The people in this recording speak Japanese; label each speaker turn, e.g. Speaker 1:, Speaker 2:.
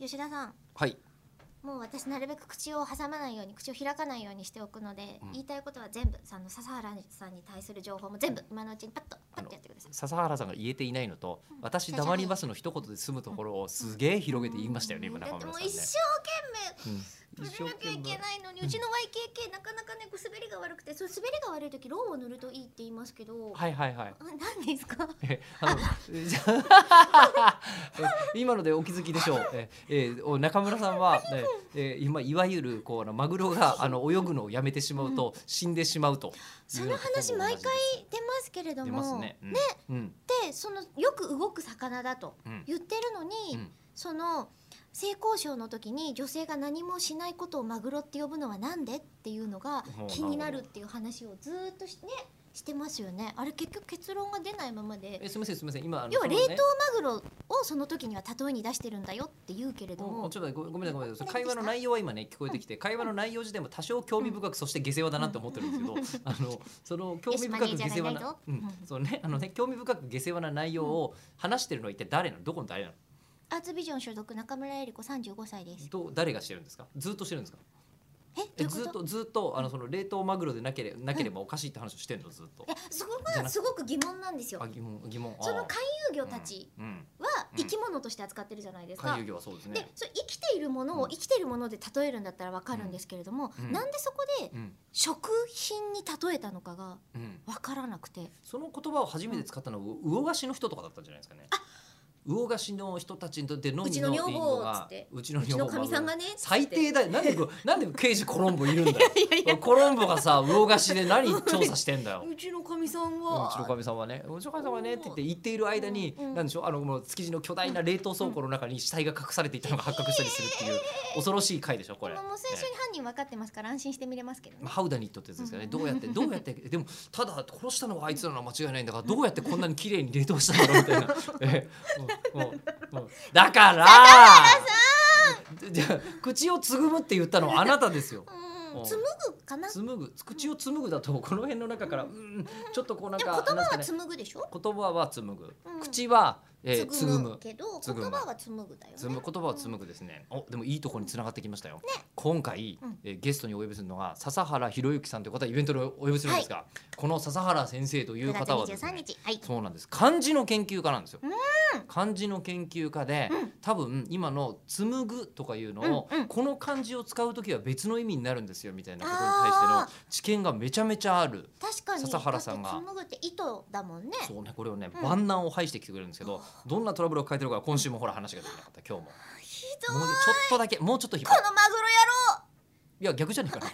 Speaker 1: 吉田さん
Speaker 2: はい
Speaker 1: もう私なるべく口を挟まないように口を開かないようにしておくので、
Speaker 2: うん
Speaker 1: 言いたいことは全部あの笹原さんに対する情報も全部今のうちにパッとパッとやってください
Speaker 2: 笹原さんが言えていないのと「私黙ります」の一言で済むところをすげえ広げて言いましたよね今
Speaker 1: だ
Speaker 2: 中
Speaker 1: って
Speaker 2: 村
Speaker 1: もう
Speaker 2: さんね
Speaker 1: 一生
Speaker 2: うん
Speaker 1: 懸命食べなきゃいけ
Speaker 2: 一生懸命
Speaker 1: ないのにうちの YKK なかなかねこう滑りが悪くてそう滑りが悪い時ローを塗るといいって言いますけど、
Speaker 2: はいはいはい
Speaker 1: あ何ですか
Speaker 2: えあの えじゃあえ今のでお気づきでしょう。ええお中村さ んは、ええ今いわゆるこうあのマグロがあの泳ぐのをやめてしまうと、死んでしまうという
Speaker 1: そ
Speaker 2: よう
Speaker 1: の
Speaker 2: なこと
Speaker 1: 話
Speaker 2: も同じ
Speaker 1: 毎回
Speaker 2: です
Speaker 1: 出ますけれど
Speaker 2: 出ます
Speaker 1: も、
Speaker 2: ね。うんうん
Speaker 1: でそのよく動く魚だと
Speaker 2: うん
Speaker 1: 言ってるのに、
Speaker 2: うん
Speaker 1: その性交渉の時に女性が何もしないことをマグロって呼ぶのはなんでっていうのが
Speaker 2: ほう
Speaker 1: 気になる
Speaker 2: な
Speaker 1: っ
Speaker 2: るほど
Speaker 1: ていう話をずーっとし,、ね、してますよねあれ結局結論が出ないままで
Speaker 2: えすみませんすみません今あの
Speaker 1: 要は
Speaker 2: そ
Speaker 1: 冷
Speaker 2: のね
Speaker 1: 凍マグロをその時には例えに出してるんだよって言うけれど
Speaker 2: も
Speaker 1: も
Speaker 2: うちょっとごごめんなさいごめんなさい
Speaker 1: これ
Speaker 2: 会
Speaker 1: で
Speaker 2: 話
Speaker 1: すか
Speaker 2: の内容は今ね聞こえてきて会話の内容自体も多少興味深くそして下世話だなって思ってるんですけど あのその興味深
Speaker 1: よしマネ
Speaker 2: く下世話
Speaker 1: ージャーがいない
Speaker 2: な
Speaker 1: ぞ
Speaker 2: うん
Speaker 1: うん
Speaker 2: そうねあのね興味深く下世話な内容を話してるのは一体誰なのどこの誰なの
Speaker 1: アーツビジョン所属中村江里子35歳です
Speaker 2: どう誰がしてるんですかずっとしてるんですか
Speaker 1: えど
Speaker 2: え
Speaker 1: うい
Speaker 2: ず
Speaker 1: う
Speaker 2: っ
Speaker 1: こと
Speaker 2: とずっとあのその冷凍マグロでなければなければおかしいって話をしてんのずっ
Speaker 1: い
Speaker 2: と
Speaker 1: やそこ
Speaker 2: じゃなく
Speaker 1: が
Speaker 2: て
Speaker 1: すごく疑問なんですよ
Speaker 2: あ疑問疑問あー
Speaker 1: その回遊魚たち
Speaker 2: うんうん
Speaker 1: は
Speaker 2: うん
Speaker 1: 生き物として扱ってるじゃないですか、
Speaker 2: 回遊魚はそうです
Speaker 1: で
Speaker 2: ね
Speaker 1: それ生きているもの
Speaker 2: う
Speaker 1: を
Speaker 2: ん
Speaker 1: 生きているもので例えるんだったらわかるんですけれども、
Speaker 2: うん
Speaker 1: なんでそこで
Speaker 2: うん
Speaker 1: 食品に例えたのかが
Speaker 2: うん
Speaker 1: わからなくて
Speaker 2: その言葉を初めて使ったのは魚河岸の人とかだったんじゃないですかね魚河岸の人たちにとってのみの
Speaker 1: うちの女房
Speaker 2: いいのが
Speaker 1: つって
Speaker 2: うちの
Speaker 1: うち
Speaker 2: 女
Speaker 1: の
Speaker 2: 房
Speaker 1: かみさんがね
Speaker 2: 最低
Speaker 1: っ
Speaker 2: だよなんでこなんで刑事コロンボいるん だよ
Speaker 1: ていやいや
Speaker 2: コロンボがさ魚河岸で何調査してんだよ
Speaker 1: うちのかみさん
Speaker 2: う
Speaker 1: は
Speaker 2: ちのかみさんはね、うちのかみさんはねって言って言っている間に、
Speaker 1: うん
Speaker 2: なんでしょう、あのもう築地の巨大な冷凍倉庫の中に死体が隠されていたのが発覚したりするっていう恐ろしい回でしょこれ。
Speaker 1: 今もう最初
Speaker 2: ね
Speaker 1: に犯人分かってますから安心して見れますけどね
Speaker 2: まあハウダニットってやつですからね、
Speaker 1: うん
Speaker 2: どう やってどうやってでもただ殺したのはあいつらのは間違いないんだからどうやってこんなに綺麗に冷凍したんだろうみ たいなええもうもうもうだからじゃあ口をつぐむって言ったのはあなたですよ
Speaker 1: うん紡ぐかなでも
Speaker 2: 紡ぐ口を紡ぐだとこの辺の中からうんちょっとこうなん
Speaker 1: 言
Speaker 2: か
Speaker 1: 葉
Speaker 2: なん
Speaker 1: は
Speaker 2: ですかね
Speaker 1: 紡ぐでしょ、
Speaker 2: 言葉は紡ぐ
Speaker 1: うん
Speaker 2: 口は、えー、つぐむ
Speaker 1: けど
Speaker 2: つぐ
Speaker 1: 言
Speaker 2: む
Speaker 1: 葉は紡ぐだよね
Speaker 2: つむ言葉を紡ぐですね。おでもいいとこに繋がってきましたよ。今回、
Speaker 1: うん
Speaker 2: えーゲストにお呼びするのが笹原博之さんという方イベントでお呼びするんですが、この笹原先生という
Speaker 1: 9月
Speaker 2: 方はです
Speaker 1: 23
Speaker 2: ね。
Speaker 1: 日はい
Speaker 2: そうなんです漢字の研究家なんですよ
Speaker 1: う
Speaker 2: 漢字の研究家で、多分今の「紡ぐ」とかいうのを、
Speaker 1: うんうん
Speaker 2: この漢字を使う時は別の意味になるんですよみたいなことに対しての
Speaker 1: あ
Speaker 2: 知見がめちゃめちゃある
Speaker 1: 確かに
Speaker 2: 笹原さんが
Speaker 1: だって紡ぐって糸だもんね
Speaker 2: そうねこれをね
Speaker 1: うん
Speaker 2: 万難を排してきてくれるんですけど、どんなトラブルを抱えてるか今週もほら話が出てなかった今日も
Speaker 1: ひどい
Speaker 2: もうちょっとだけもうちょっと引っ張
Speaker 1: こ
Speaker 2: る
Speaker 1: のマグロ野郎
Speaker 2: いや逆じゃねえかな